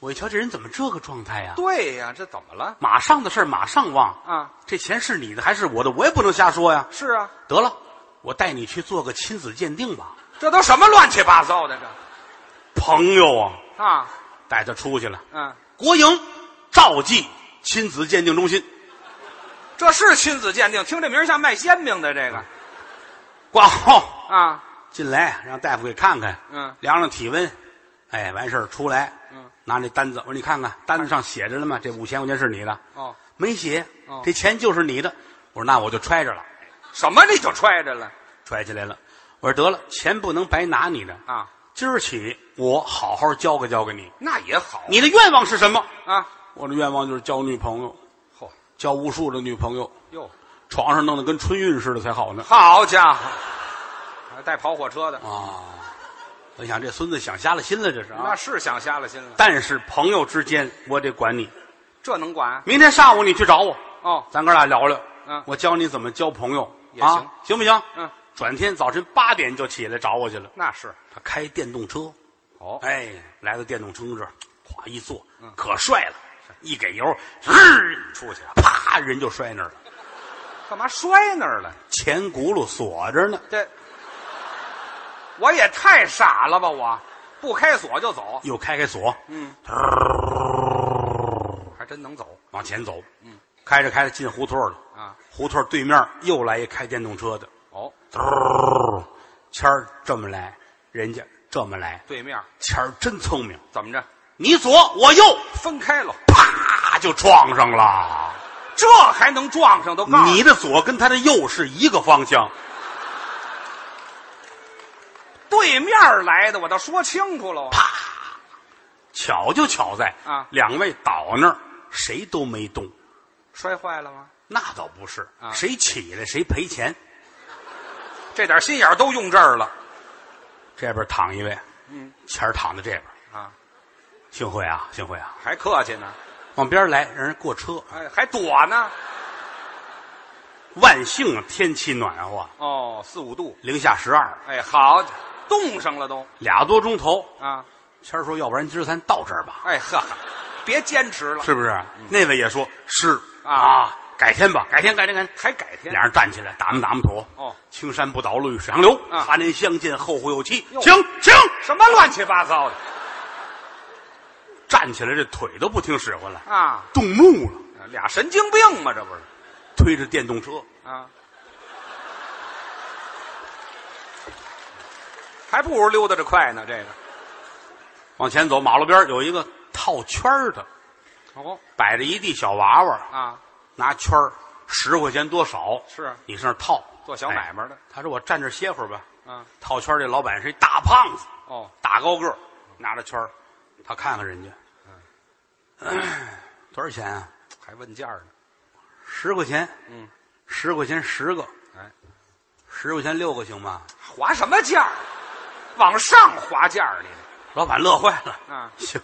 Speaker 1: 我一瞧这人怎么这个状态呀、
Speaker 2: 对呀，这怎么了
Speaker 1: 马上的事儿马上忘
Speaker 2: 啊！
Speaker 1: 这钱是你的还是我的？我也不能瞎说呀。
Speaker 2: 是啊，
Speaker 1: 得了，我带你去做个亲子鉴定吧。
Speaker 2: 这都什么乱七八糟的这
Speaker 1: 朋友啊，
Speaker 2: 啊？
Speaker 1: 带他出去了。
Speaker 2: 嗯，
Speaker 1: 国营赵记亲子鉴定中心
Speaker 2: 这是亲子鉴定，听这名儿像卖煎饼的这个
Speaker 1: 挂号
Speaker 2: 啊。
Speaker 1: 进来，让大夫给看看，
Speaker 2: 嗯
Speaker 1: 量量体温，哎，完事儿出来，
Speaker 2: 嗯，
Speaker 1: 拿那单子，我说你看看，单子上写着了吗？这五千块钱是你的，
Speaker 2: 哦，
Speaker 1: 没写
Speaker 2: 哦，
Speaker 1: 这钱就是你的。我说那我就揣着了，
Speaker 2: 什么你就揣着了
Speaker 1: 揣起来了。我说得了，钱不能白拿你的，
Speaker 2: 啊？
Speaker 1: 今儿起我好好教给教给你。
Speaker 2: 那也好
Speaker 1: 你的愿望是什么？
Speaker 2: 啊。
Speaker 1: 我的愿望就是交女朋友，
Speaker 2: 嚯
Speaker 1: 交无数的女朋友，
Speaker 2: 哟，
Speaker 1: 床上弄得跟春运似的才好呢。
Speaker 2: 好家伙，还带跑火车的，
Speaker 1: 啊，我想这孙子想瞎了心了，这是
Speaker 2: 那
Speaker 1: 啊。
Speaker 2: 是想瞎了心了。
Speaker 1: 但是朋友之间，我得管你。
Speaker 2: 这能管？
Speaker 1: 明天上午你去找我，
Speaker 2: 哦，
Speaker 1: 咱哥俩聊聊。
Speaker 2: 嗯
Speaker 1: 我教你怎么交朋友，
Speaker 2: 也
Speaker 1: 啊
Speaker 2: 行，
Speaker 1: 行不行？
Speaker 2: 嗯，
Speaker 1: 转天早晨八点就起来找我去了。
Speaker 2: 那是。
Speaker 1: 他开电动车，
Speaker 2: 哦，
Speaker 1: 哎，来到电动车这儿，咵一坐，
Speaker 2: 嗯
Speaker 1: 可帅了，一给油，日、
Speaker 2: 出去啊
Speaker 1: 啪，人就摔那儿了，
Speaker 2: 干嘛摔那儿了？
Speaker 1: 前轱辘锁着呢。
Speaker 2: 这我也太傻了吧！我不开锁就走，
Speaker 1: 又开开锁，
Speaker 2: 嗯，还真能走
Speaker 1: 往前走，嗯，开着开着进胡同了。
Speaker 2: 啊！
Speaker 1: 胡同对面又来一开电动车的，
Speaker 2: 哦，
Speaker 1: 嘚儿，谦儿这么来，人家这么来，
Speaker 2: 对面
Speaker 1: 谦儿真聪明，
Speaker 2: 怎么着？
Speaker 1: 你左我右，
Speaker 2: 分开了，
Speaker 1: 啪就撞上了，
Speaker 2: 这还能撞上？都告诉
Speaker 1: 你的左跟他的右是一个方向，
Speaker 2: 对面来的，我倒说清楚了。啪，
Speaker 1: 巧就巧在
Speaker 2: 啊
Speaker 1: 两位倒那儿，谁都没动。
Speaker 2: 摔坏了吗？
Speaker 1: 那倒不是，
Speaker 2: 啊
Speaker 1: 谁起来谁赔钱。
Speaker 2: 这点心眼儿都用这儿了
Speaker 1: 这边躺一位，
Speaker 2: 嗯，
Speaker 1: 前儿躺在这边。
Speaker 2: 啊，
Speaker 1: 幸会啊，幸会啊，
Speaker 2: 还客气呢？
Speaker 1: 往边儿来，让人过车。
Speaker 2: 哎，还躲呢？
Speaker 1: 万幸啊天气暖和，
Speaker 2: 哦，四五度，
Speaker 1: 零下十二，
Speaker 2: 哎，好，冻上了都
Speaker 1: 俩多钟头。
Speaker 2: 啊！
Speaker 1: 谦儿说：“要不然今儿咱到这儿吧，
Speaker 2: 哎呵，别坚持了，
Speaker 1: 是不是？”那位也说：“是
Speaker 2: 啊
Speaker 1: 啊，改天吧，改天，改天，改天。
Speaker 2: 还改”天
Speaker 1: 俩人站起来，打磨打磨土。
Speaker 2: 哦，
Speaker 1: 青山不倒，绿水长流。
Speaker 2: 啊
Speaker 1: 他年相见，后会有期。
Speaker 2: 哟
Speaker 1: 请请，
Speaker 2: 什么乱七八糟的
Speaker 1: 站起来这腿都不听使唤了，
Speaker 2: 啊？
Speaker 1: 动怒了，
Speaker 2: 俩神经病嘛，这不是
Speaker 1: 推着电动车
Speaker 2: 啊？还不如溜达着快呢，这个
Speaker 1: 往前走。马路边儿有一个套圈儿的，
Speaker 2: 哦
Speaker 1: 摆着一地小娃娃，
Speaker 2: 啊，
Speaker 1: 拿圈儿，十块钱多少？
Speaker 2: 是
Speaker 1: 你上那儿套
Speaker 2: 做小买卖的
Speaker 1: 哎他说：“我站这儿歇会儿吧。
Speaker 2: 啊”
Speaker 1: 套圈儿这老板是一大胖子，
Speaker 2: 哦，
Speaker 1: 大高个儿，拿着圈儿，他看看人家，嗯， [clears throat] 多少钱啊？
Speaker 2: 还问价呢，
Speaker 1: 十块钱，
Speaker 2: 嗯，
Speaker 1: 十块钱十个，
Speaker 2: 哎，
Speaker 1: 十块钱六个行吗？
Speaker 2: 划什么价？往上划价儿你
Speaker 1: 老板乐坏了，
Speaker 2: 啊，
Speaker 1: 行，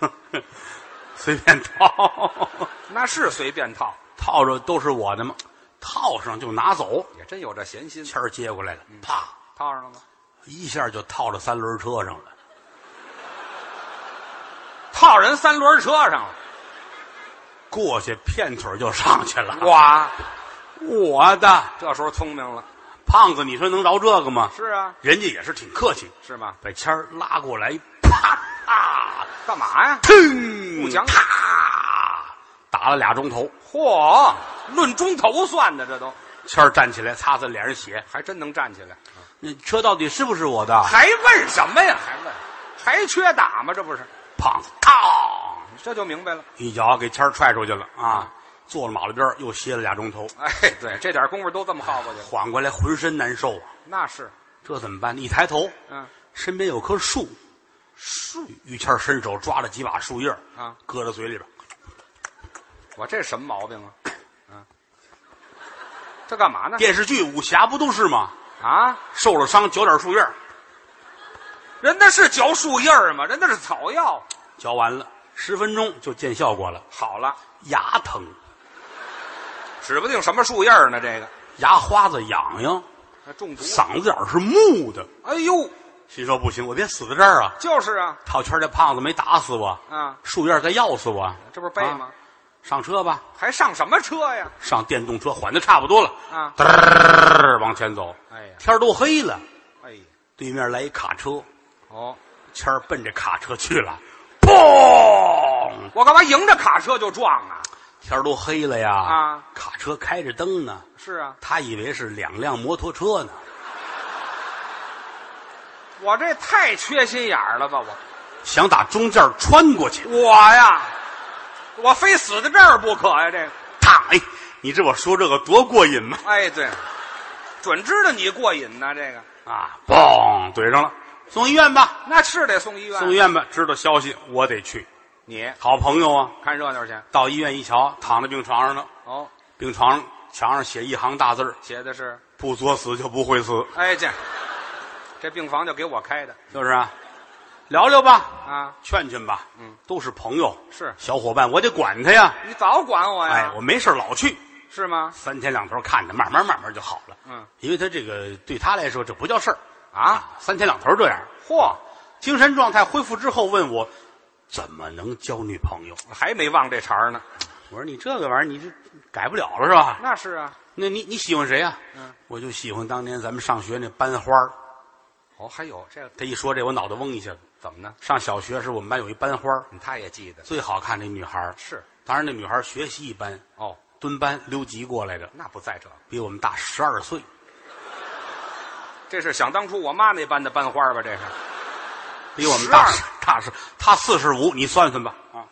Speaker 1: 随便套，
Speaker 2: 那是随便套，
Speaker 1: 套着都是我的吗？套上就拿走。
Speaker 2: 也真有这闲心，
Speaker 1: 谦儿接过来了，啪，
Speaker 2: 套上了吗？
Speaker 1: 一下就套到三轮车上了。
Speaker 2: 套人三轮车上了，
Speaker 1: 过去片腿就上去了。
Speaker 2: 哇，
Speaker 1: 我的
Speaker 2: 这时候聪明了，
Speaker 1: 胖子，你说能饶这个吗？
Speaker 2: 是啊，
Speaker 1: 人家也是挺客气，
Speaker 2: 是吗？
Speaker 1: 把谦儿拉过来，啪啪，
Speaker 2: 干嘛呀？
Speaker 1: 腾，
Speaker 2: 不讲理
Speaker 1: 啪，打了俩钟头。
Speaker 2: 嚯，论钟头算的，这都
Speaker 1: 谦儿站起来擦擦脸上血，
Speaker 2: 还真能站起来，
Speaker 1: 那车到底是不是我的？
Speaker 2: 还问什么呀？还问，还缺打吗？这不是，
Speaker 1: 胖子，嘡，
Speaker 2: 这就明白了。
Speaker 1: 一脚给谦儿踹出去了啊！坐了马路边儿又歇了俩钟头，
Speaker 2: 哎，对，这点功夫都这么耗过去了，
Speaker 1: 缓过来浑身难受啊！
Speaker 2: 那是，
Speaker 1: 这怎么办？一抬头，
Speaker 2: 嗯，
Speaker 1: 身边有棵树，树。于谦儿伸手抓了几把树叶儿
Speaker 2: 啊，
Speaker 1: 搁到嘴里边儿，
Speaker 2: 我这什么毛病 [coughs] 啊？嗯，这干嘛呢？
Speaker 1: 电视剧武侠不都是吗？
Speaker 2: 啊，
Speaker 1: 受了伤嚼点树叶儿，
Speaker 2: 人那是嚼树叶儿吗？人那是草药。
Speaker 1: 嚼完了十分钟就见效果了，
Speaker 2: 好了，
Speaker 1: 牙疼，
Speaker 2: 指不定什么树叶儿呢。这个
Speaker 1: 牙花子痒痒，
Speaker 2: 那中毒了。
Speaker 1: 嗓子眼儿是木的。
Speaker 2: 哎呦，
Speaker 1: 心说不行，我别死在这儿啊！
Speaker 2: 就是啊，
Speaker 1: 套圈儿这胖子没打死我，
Speaker 2: 啊，
Speaker 1: 树叶儿再要死我，
Speaker 2: 这不是背吗？
Speaker 1: 上车吧，
Speaker 2: 还上什么车呀？
Speaker 1: 上电动车，缓的差不多了，
Speaker 2: 啊，
Speaker 1: 嘚儿往前走，
Speaker 2: 哎呀，
Speaker 1: 天儿都黑了，
Speaker 2: 哎呀，
Speaker 1: 对面来一卡车，
Speaker 2: 哦，
Speaker 1: 谦儿奔着卡车去了，砰！
Speaker 2: 我干嘛迎着卡车就撞啊？
Speaker 1: 天儿都黑了呀，
Speaker 2: 啊，
Speaker 1: 卡车开着灯呢，
Speaker 2: 是啊，
Speaker 1: 他以为是两辆摩托车呢，
Speaker 2: 我这太缺心眼儿了吧？我
Speaker 1: 想打中间穿过去，
Speaker 2: 我呀，我非死在这儿不可呀！这个，
Speaker 1: 烫！哎，你知我说这个多过瘾吗？
Speaker 2: 哎，对，准知道你过瘾呢。这个，
Speaker 1: 啊，嘣，怼上了，送医院吧，
Speaker 2: 那是得送医院。
Speaker 1: 送医院吧，知道消息我得去，
Speaker 2: 你
Speaker 1: 好朋友啊，
Speaker 2: 看热闹去。
Speaker 1: 到医院一瞧，躺在病床上呢，
Speaker 2: 哦，
Speaker 1: 病床上墙上写一行大字儿
Speaker 2: 写的是，
Speaker 1: 不作死就不会死，
Speaker 2: 哎这，这病房就给我开的
Speaker 1: 就是啊，聊聊吧，
Speaker 2: 啊。
Speaker 1: 劝劝吧，
Speaker 2: 嗯，
Speaker 1: 都是朋友，
Speaker 2: 是
Speaker 1: 小伙伴，我得管他呀。
Speaker 2: 你早管我呀？
Speaker 1: 哎，我没事儿老去，
Speaker 2: 是吗？
Speaker 1: 三天两头看着，慢慢慢慢就好了。
Speaker 2: 嗯
Speaker 1: 因为他这个对他来说这不叫事儿
Speaker 2: 啊，，
Speaker 1: 三天两头这样。
Speaker 2: 嚯，
Speaker 1: 精神状态恢复之后问我，怎么能交女朋友？啊
Speaker 2: 还没忘这茬儿呢。
Speaker 1: 我说你这个玩意儿你这改不了了是吧？
Speaker 2: 那是啊，
Speaker 1: 那你你喜欢谁呀、
Speaker 2: 嗯，
Speaker 1: 我就喜欢当年咱们上学那班花儿
Speaker 2: 哦，还有这
Speaker 1: 他一说这，我脑袋嗡一下子。
Speaker 2: 怎么呢？
Speaker 1: 上小学时，我们班有一班花儿
Speaker 2: 他也记得
Speaker 1: 最好看的女孩儿
Speaker 2: 是
Speaker 1: 当然那女孩儿学习一般，
Speaker 2: 哦，
Speaker 1: 蹲班留级过来的，
Speaker 2: 那不在这儿。
Speaker 1: 比我们大十二岁。
Speaker 2: 这是想当初我妈那班的班花吧？这是
Speaker 1: 比我们大
Speaker 2: 12
Speaker 1: 大十，他四十五，你算算吧。啊，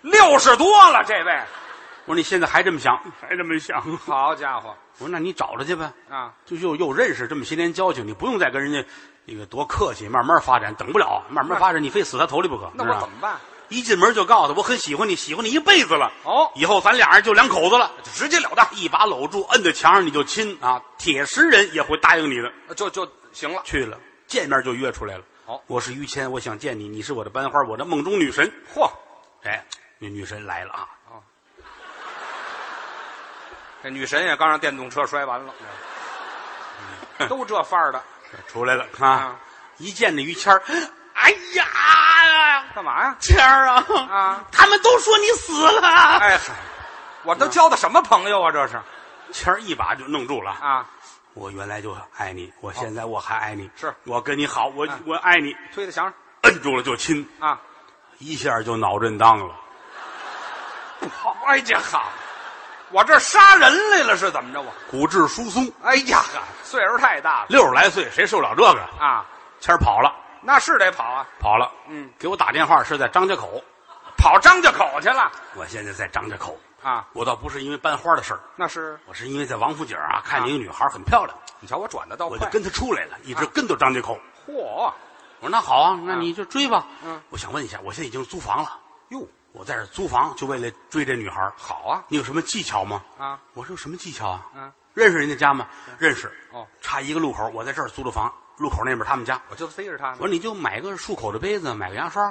Speaker 2: 六十多了，这位
Speaker 1: 我说你现在还这么想，还这么想？ [laughs] 我
Speaker 2: 好家伙
Speaker 1: 说那你找着去呗，
Speaker 2: 啊！
Speaker 1: 就又又认识这么些年交情，你不用再跟人家那个多客气，慢慢发展，等不了，啊慢慢发展，你非死他头里不可。
Speaker 2: 那
Speaker 1: 知道
Speaker 2: 我
Speaker 1: 吗
Speaker 2: 怎么办？
Speaker 1: 一进门就告诉他我很喜欢你，喜欢你一辈子了。
Speaker 2: 哦
Speaker 1: 以后咱俩人就两口子了，直截了当，一把搂住，摁在墙上你就亲啊，铁石人也会答应你的。
Speaker 2: 就就行了。
Speaker 1: 去了，见面就约出来了。
Speaker 2: 好
Speaker 1: 我是于谦，我想见你，你是我的班花，我的梦中女神。
Speaker 2: 嚯，
Speaker 1: 哎，那女神来了啊，
Speaker 2: 这女神也刚让电动车摔完了，嗯都这范儿的
Speaker 1: 出来了啊
Speaker 2: 啊，
Speaker 1: 一见那于谦儿哎呀，
Speaker 2: 干嘛呀？
Speaker 1: 谦儿啊，
Speaker 2: 啊，
Speaker 1: 他们都说你死了。
Speaker 2: 哎嗨，我都交的什么朋友啊？这是
Speaker 1: 谦儿一把就弄住了。
Speaker 2: 啊，
Speaker 1: 我原来就爱你，我现在我还爱你，
Speaker 2: 哦是
Speaker 1: 我跟你好，我
Speaker 2: 哎
Speaker 1: 我爱你，
Speaker 2: 推在墙上
Speaker 1: 摁住了就亲，
Speaker 2: 啊，
Speaker 1: 一下就脑震荡了。
Speaker 2: 好，哎呀好，我这杀人来了是怎么着？我
Speaker 1: 骨质疏松，
Speaker 2: 哎呀哈，岁数太大了
Speaker 1: 六十来岁谁受了这个？
Speaker 2: 啊，
Speaker 1: 谦儿跑了，
Speaker 2: 那是得跑啊，
Speaker 1: 跑了。
Speaker 2: 嗯，
Speaker 1: 给我打电话是在张家口，
Speaker 2: 跑张家口去了
Speaker 1: 我现在在张家口。
Speaker 2: 啊，
Speaker 1: 我倒不是因为班花的事儿，
Speaker 2: 那是
Speaker 1: 我是因为在王府井啊看见一个女孩很漂亮，
Speaker 2: 你瞧我转的倒
Speaker 1: 我就
Speaker 2: 快，啊
Speaker 1: 跟她出来了，一直跟到张家口。
Speaker 2: 嚯
Speaker 1: 我说那好啊，那你就追吧。
Speaker 2: 嗯，
Speaker 1: 我想问一下，我现在已经租房了，
Speaker 2: 哟，
Speaker 1: 我在这儿租房就为了追这女孩儿，
Speaker 2: 好啊
Speaker 1: 你有什么技巧吗？
Speaker 2: 啊，
Speaker 1: 我说有什么技巧啊？
Speaker 2: 嗯，
Speaker 1: 认识人家家吗？认识。
Speaker 2: 哦，
Speaker 1: 差一个路口，我在这儿租的房，路口那边他们家。
Speaker 2: 我就逮着他
Speaker 1: 我说你就买个漱口的杯子，买个牙刷，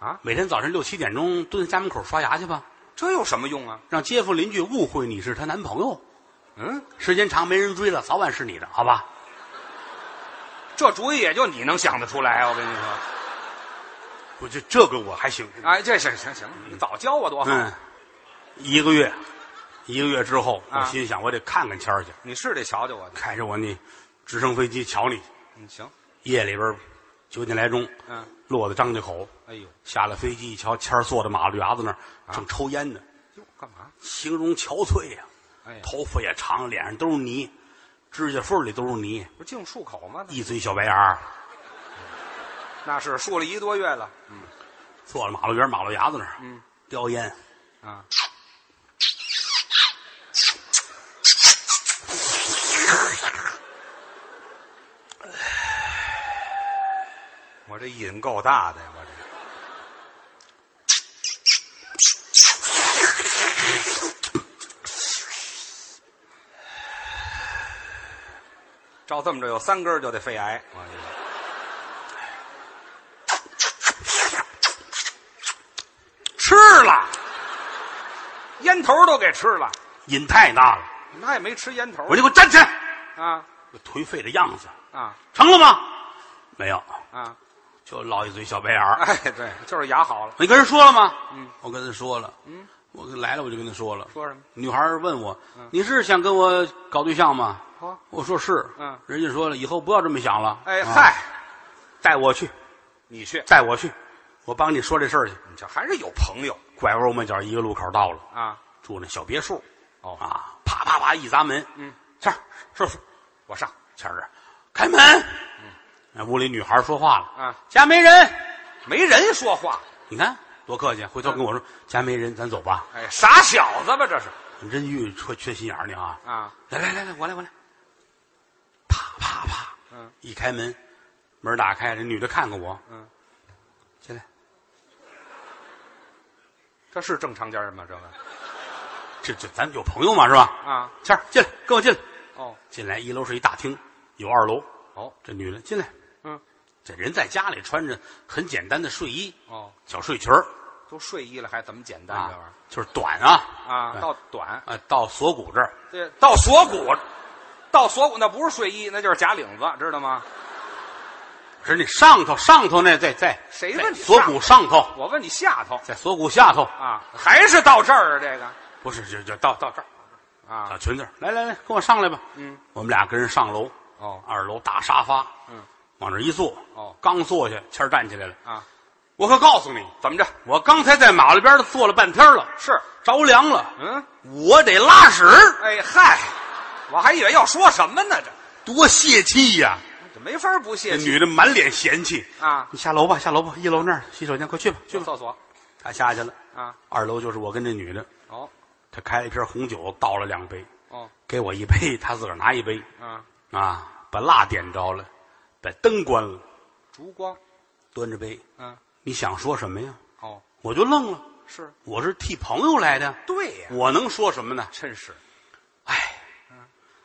Speaker 2: 啊，
Speaker 1: 每天早晨六七点钟蹲在家门口刷牙去吧，
Speaker 2: 这有什么用啊？
Speaker 1: 让街坊邻居误会你是她男朋友。
Speaker 2: 嗯，
Speaker 1: 时间长没人追了，早晚是你的，好吧？
Speaker 2: 这主意也就你能想得出来，我跟你说。
Speaker 1: 我这这个我还行。
Speaker 2: 哎，这行行行，你早教我多好。
Speaker 1: 嗯，一个月，一个月之后，我
Speaker 2: 啊
Speaker 1: 心想我得看看谦儿去，
Speaker 2: 你是得瞧瞧我，
Speaker 1: 开着我那直升飞机瞧你。
Speaker 2: 嗯，行，
Speaker 1: 夜里边九点来钟，
Speaker 2: 嗯，
Speaker 1: 落在张家口，
Speaker 2: 哎呦，
Speaker 1: 下了飞机一瞧，谦儿坐在马路牙子那儿
Speaker 2: 啊
Speaker 1: 正抽烟呢，
Speaker 2: 哟，干嘛？
Speaker 1: 形容憔悴呀、
Speaker 2: 哎呀，
Speaker 1: 头发也长，脸上都是泥，指甲缝里都是泥，
Speaker 2: 不净漱口吗？
Speaker 1: 一嘴小白牙儿，
Speaker 2: 那是漱了一个多月了
Speaker 1: 坐在马路边马路牙子那儿，
Speaker 2: 嗯，
Speaker 1: 叼烟，
Speaker 2: 啊。我这瘾够大的呀，我这照这么着有三根儿就得肺癌。我这个
Speaker 1: 吃了，
Speaker 2: 烟头都给吃了，
Speaker 1: 瘾太大了，
Speaker 2: 那也没吃烟头
Speaker 1: 我就给我站起来，
Speaker 2: 啊
Speaker 1: 我颓废的样子，
Speaker 2: 啊
Speaker 1: 成了吗？没有，
Speaker 2: 啊！
Speaker 1: 就落一嘴小白牙儿。
Speaker 2: 哎，对，就是牙好了。
Speaker 1: 你跟人说了吗？
Speaker 2: 嗯，
Speaker 1: 我跟他说了。嗯，我来了我就跟他说了。
Speaker 2: 说什么？嗯
Speaker 1: 女孩儿问我：“你是想跟我搞对象吗？”
Speaker 2: 哦，
Speaker 1: 我说是。
Speaker 2: 嗯
Speaker 1: 人家说了，以后不要这么想了。
Speaker 2: 哎
Speaker 1: 啊，
Speaker 2: 嗨，
Speaker 1: 带我去，
Speaker 2: 你去，
Speaker 1: 带我去，我帮你说这事儿去。
Speaker 2: 你这还是有朋友
Speaker 1: 拐弯抹角，一个路口到了，
Speaker 2: 啊？
Speaker 1: 住那小别墅。
Speaker 2: 哦
Speaker 1: 啊，啪啪啪一砸门。嗯，谦儿，师傅，
Speaker 2: 我上
Speaker 1: 谦儿啊，开门。那屋里女孩儿说话了。
Speaker 2: 嗯，
Speaker 1: 家没人。
Speaker 2: 没人说话，
Speaker 1: 你看多客气，回头跟我说
Speaker 2: 嗯
Speaker 1: 家没人，咱走吧。
Speaker 2: 哎，傻小子吧，这是
Speaker 1: 真遇缺缺心眼儿呢啊！
Speaker 2: 啊？
Speaker 1: 来来来来，我来我来，啪啪啪，
Speaker 2: 嗯，
Speaker 1: 一开门，门打开，这女的看看我，
Speaker 2: 嗯，
Speaker 1: 进来，
Speaker 2: 这是正常家人吗？这个
Speaker 1: 这这咱们有朋友嘛是吧？
Speaker 2: 啊？
Speaker 1: 谦儿进来，跟我进来，
Speaker 2: 哦
Speaker 1: 进来一楼是一大厅，有二楼，
Speaker 2: 哦
Speaker 1: 这女的进来，
Speaker 2: 嗯
Speaker 1: 这人在家里穿着很简单的睡衣，
Speaker 2: 哦，
Speaker 1: 小睡裙儿
Speaker 2: 都睡衣了，还怎么简单这玩
Speaker 1: 啊
Speaker 2: 意，
Speaker 1: 就是短啊
Speaker 2: 儿啊？
Speaker 1: 哎
Speaker 2: 到短，
Speaker 1: 啊到锁骨这儿，
Speaker 2: 对，到呃锁骨，到锁骨那不是睡衣，那就是假领子，知道吗？
Speaker 1: 是你上头上头那在在
Speaker 2: 谁
Speaker 1: 在
Speaker 2: 问你
Speaker 1: 锁
Speaker 2: 上
Speaker 1: 骨上头，
Speaker 2: 我问你下头
Speaker 1: 在锁骨下头，
Speaker 2: 啊，还是到这儿啊？这个
Speaker 1: 不是就就到到这儿小
Speaker 2: 啊？
Speaker 1: 裙子儿，来来来，跟我上来吧。
Speaker 2: 嗯，
Speaker 1: 我们俩跟人上楼，
Speaker 2: 哦
Speaker 1: 二楼大沙发，
Speaker 2: 嗯，
Speaker 1: 往那儿一坐，
Speaker 2: 哦
Speaker 1: 刚坐下，谦儿站起来了。
Speaker 2: 啊，
Speaker 1: 我可告诉你，
Speaker 2: 怎么着？
Speaker 1: 我刚才在马路边儿坐了半天了，
Speaker 2: 是
Speaker 1: 着凉了，
Speaker 2: 嗯。
Speaker 1: 我得拉屎，
Speaker 2: 哎嗨，我还以为要说什么呢，这
Speaker 1: 多泄气呀！
Speaker 2: 这没法不
Speaker 1: 这
Speaker 2: 泄气
Speaker 1: 女的满脸嫌弃。
Speaker 2: 啊！
Speaker 1: 你下楼吧，下楼吧，一楼那儿洗手间，快去吧，去
Speaker 2: 去
Speaker 1: 吧。
Speaker 2: 厕所
Speaker 1: 她下去了，
Speaker 2: 啊！
Speaker 1: 二楼就是我跟这女的，
Speaker 2: 哦，
Speaker 1: 他开了一瓶红酒，倒了两杯，
Speaker 2: 哦，
Speaker 1: 给我一杯，他自个儿拿一杯
Speaker 2: 啊，
Speaker 1: 啊，把蜡点着了，把灯关了，
Speaker 2: 烛光，
Speaker 1: 端着杯，
Speaker 2: 嗯，
Speaker 1: 你想说什么呀？
Speaker 2: 哦，
Speaker 1: 我就愣了，
Speaker 2: 是
Speaker 1: 我是替朋友来的，
Speaker 2: 对呀，
Speaker 1: 我能说什么呢？
Speaker 2: 真是
Speaker 1: 哎，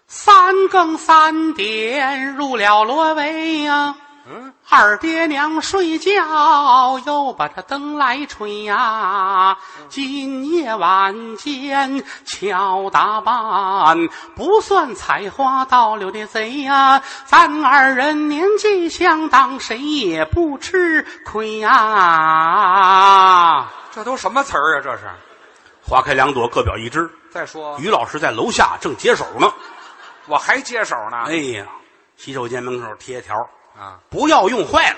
Speaker 1: 三更三点入了罗帷呀、
Speaker 2: 嗯，
Speaker 1: 二爹娘睡觉，又把这灯来吹呀、嗯今夜晚间敲打板，不算采花盗柳的贼呀、咱二人年纪相当，谁也不吃亏呀、
Speaker 2: 这都什么词儿啊？这是。
Speaker 1: 花开两朵，各表一枝。
Speaker 2: 再说，
Speaker 1: 于老师在楼下正解手呢。
Speaker 2: 我还接手呢。
Speaker 1: 哎呀，洗手间门口贴条，
Speaker 2: 啊，
Speaker 1: 不要用坏了，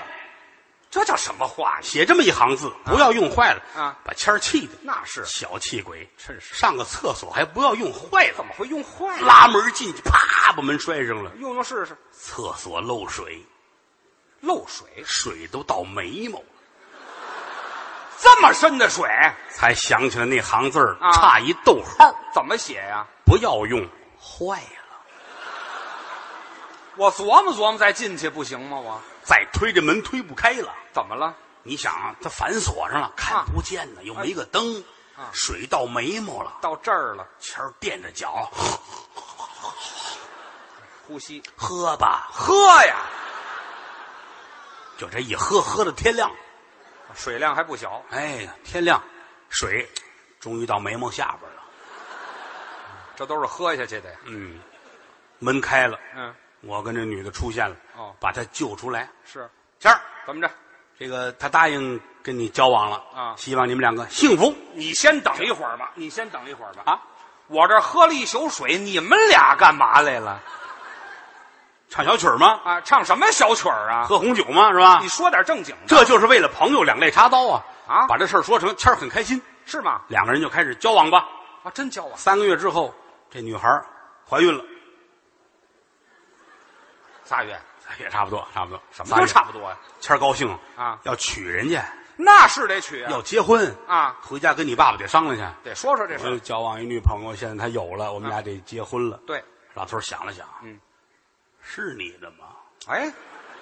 Speaker 2: 这叫什么话呀？
Speaker 1: 写这么一行字，不要用坏了
Speaker 2: 啊
Speaker 1: 把谦儿气的
Speaker 2: 那是
Speaker 1: 小气鬼，
Speaker 2: 真是
Speaker 1: 上个厕所还不要用坏了
Speaker 2: 怎，么会用坏了？
Speaker 1: 拉门进去，啪把门摔上了，
Speaker 2: 用用试试，
Speaker 1: 厕所漏水，
Speaker 2: 漏水
Speaker 1: 水都到眉毛了，
Speaker 2: 这么深的水
Speaker 1: 才想起来那行字儿、
Speaker 2: 啊
Speaker 1: 差一逗号，
Speaker 2: 怎么写呀、
Speaker 1: 不要用坏了，
Speaker 2: 我琢磨琢磨再进去不行吗？我
Speaker 1: 再推这门推不开了。
Speaker 2: 怎么了？
Speaker 1: 你想啊，它反锁上了，看不见呢，又没个灯，
Speaker 2: 啊
Speaker 1: 水到眉毛了，
Speaker 2: 到这儿了，
Speaker 1: 前儿垫着脚，
Speaker 2: 呼吸
Speaker 1: 喝吧，
Speaker 2: 喝呀，
Speaker 1: 就这一喝，喝到天亮。
Speaker 2: 水量还不小，
Speaker 1: 哎呀，天亮，水终于到眉毛下边了。
Speaker 2: 这都是喝下去的呀。
Speaker 1: 嗯，门开了，
Speaker 2: 嗯，
Speaker 1: 我跟这女的出现了，
Speaker 2: 哦
Speaker 1: 把她救出来。
Speaker 2: 是
Speaker 1: 谦儿，
Speaker 2: 怎么着？
Speaker 1: 这个她答应跟你交往了
Speaker 2: 啊
Speaker 1: 希望你们两个幸福。
Speaker 2: 你先等一会儿吧，你先等一会儿吧。
Speaker 1: 啊，
Speaker 2: 我这喝了一宿水，你们俩干嘛来了？
Speaker 1: 唱小曲儿吗？
Speaker 2: 啊，唱什么小曲儿啊？
Speaker 1: 喝红酒吗？是吧
Speaker 2: 你？说点正经的，
Speaker 1: 这就是为了朋友两肋插刀啊！
Speaker 2: 啊
Speaker 1: 把这事儿说成，谦儿很开心，
Speaker 2: 是吗？
Speaker 1: 两个人就开始交往吧。
Speaker 2: 啊，真教啊！
Speaker 1: 三个月之后，这女孩儿怀孕了，
Speaker 2: 仨月，
Speaker 1: 哎也差不多，差不多，
Speaker 2: 什
Speaker 1: 仨
Speaker 2: 么
Speaker 1: 月
Speaker 2: 都差不多呀、
Speaker 1: 谦儿高兴
Speaker 2: 啊
Speaker 1: 要娶人家，
Speaker 2: 那是得娶啊
Speaker 1: 要结婚，
Speaker 2: 啊，
Speaker 1: 回家跟你爸爸得商量去。
Speaker 2: 得说说这
Speaker 1: 我
Speaker 2: 事儿
Speaker 1: 就。交往一女朋友，现在她有了，我们俩得结婚了。
Speaker 2: 啊对，
Speaker 1: 老头儿想了想，啊
Speaker 2: 嗯，
Speaker 1: 是你的吗？
Speaker 2: 哎，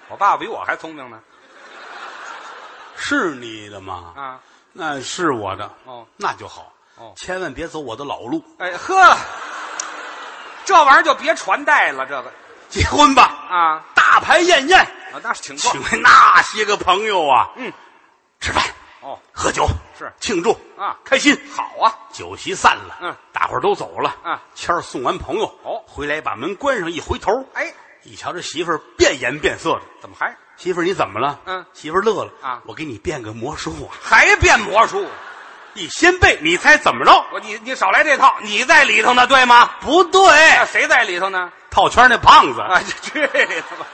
Speaker 2: 我爸爸比我还聪明呢
Speaker 1: 是你的吗？
Speaker 2: 啊！
Speaker 1: 那是我的，
Speaker 2: 哦，
Speaker 1: 那就好，
Speaker 2: 哦
Speaker 1: 千万别走我的老路，
Speaker 2: 哎呵，这玩意儿就别传代了，这个
Speaker 1: 结婚吧，
Speaker 2: 啊
Speaker 1: 大排宴宴，
Speaker 2: 啊，那是情况
Speaker 1: 请来那些个朋友啊，
Speaker 2: 嗯，
Speaker 1: 吃饭
Speaker 2: 哦
Speaker 1: 喝酒
Speaker 2: 是
Speaker 1: 庆祝
Speaker 2: 啊
Speaker 1: 开心。
Speaker 2: 好啊，
Speaker 1: 酒席散了，
Speaker 2: 嗯，
Speaker 1: 大伙儿都走了，
Speaker 2: 嗯，
Speaker 1: 谦儿送完朋友，
Speaker 2: 哦
Speaker 1: 回来把门关上，一回头，
Speaker 2: 哎，
Speaker 1: 一瞧这媳妇儿变颜变色的，
Speaker 2: 怎么还
Speaker 1: 媳妇儿你怎么了？
Speaker 2: 嗯
Speaker 1: 媳妇儿乐了
Speaker 2: 啊
Speaker 1: 我给你变个魔术啊，
Speaker 2: 还变魔术？
Speaker 1: 一掀被，你猜怎么着？
Speaker 2: 我你你少来这套，你在里头呢，对吗？
Speaker 1: 不对，
Speaker 2: 哎，谁在里头呢？啊
Speaker 1: 套圈那胖子，
Speaker 2: 啊，这这里头吧，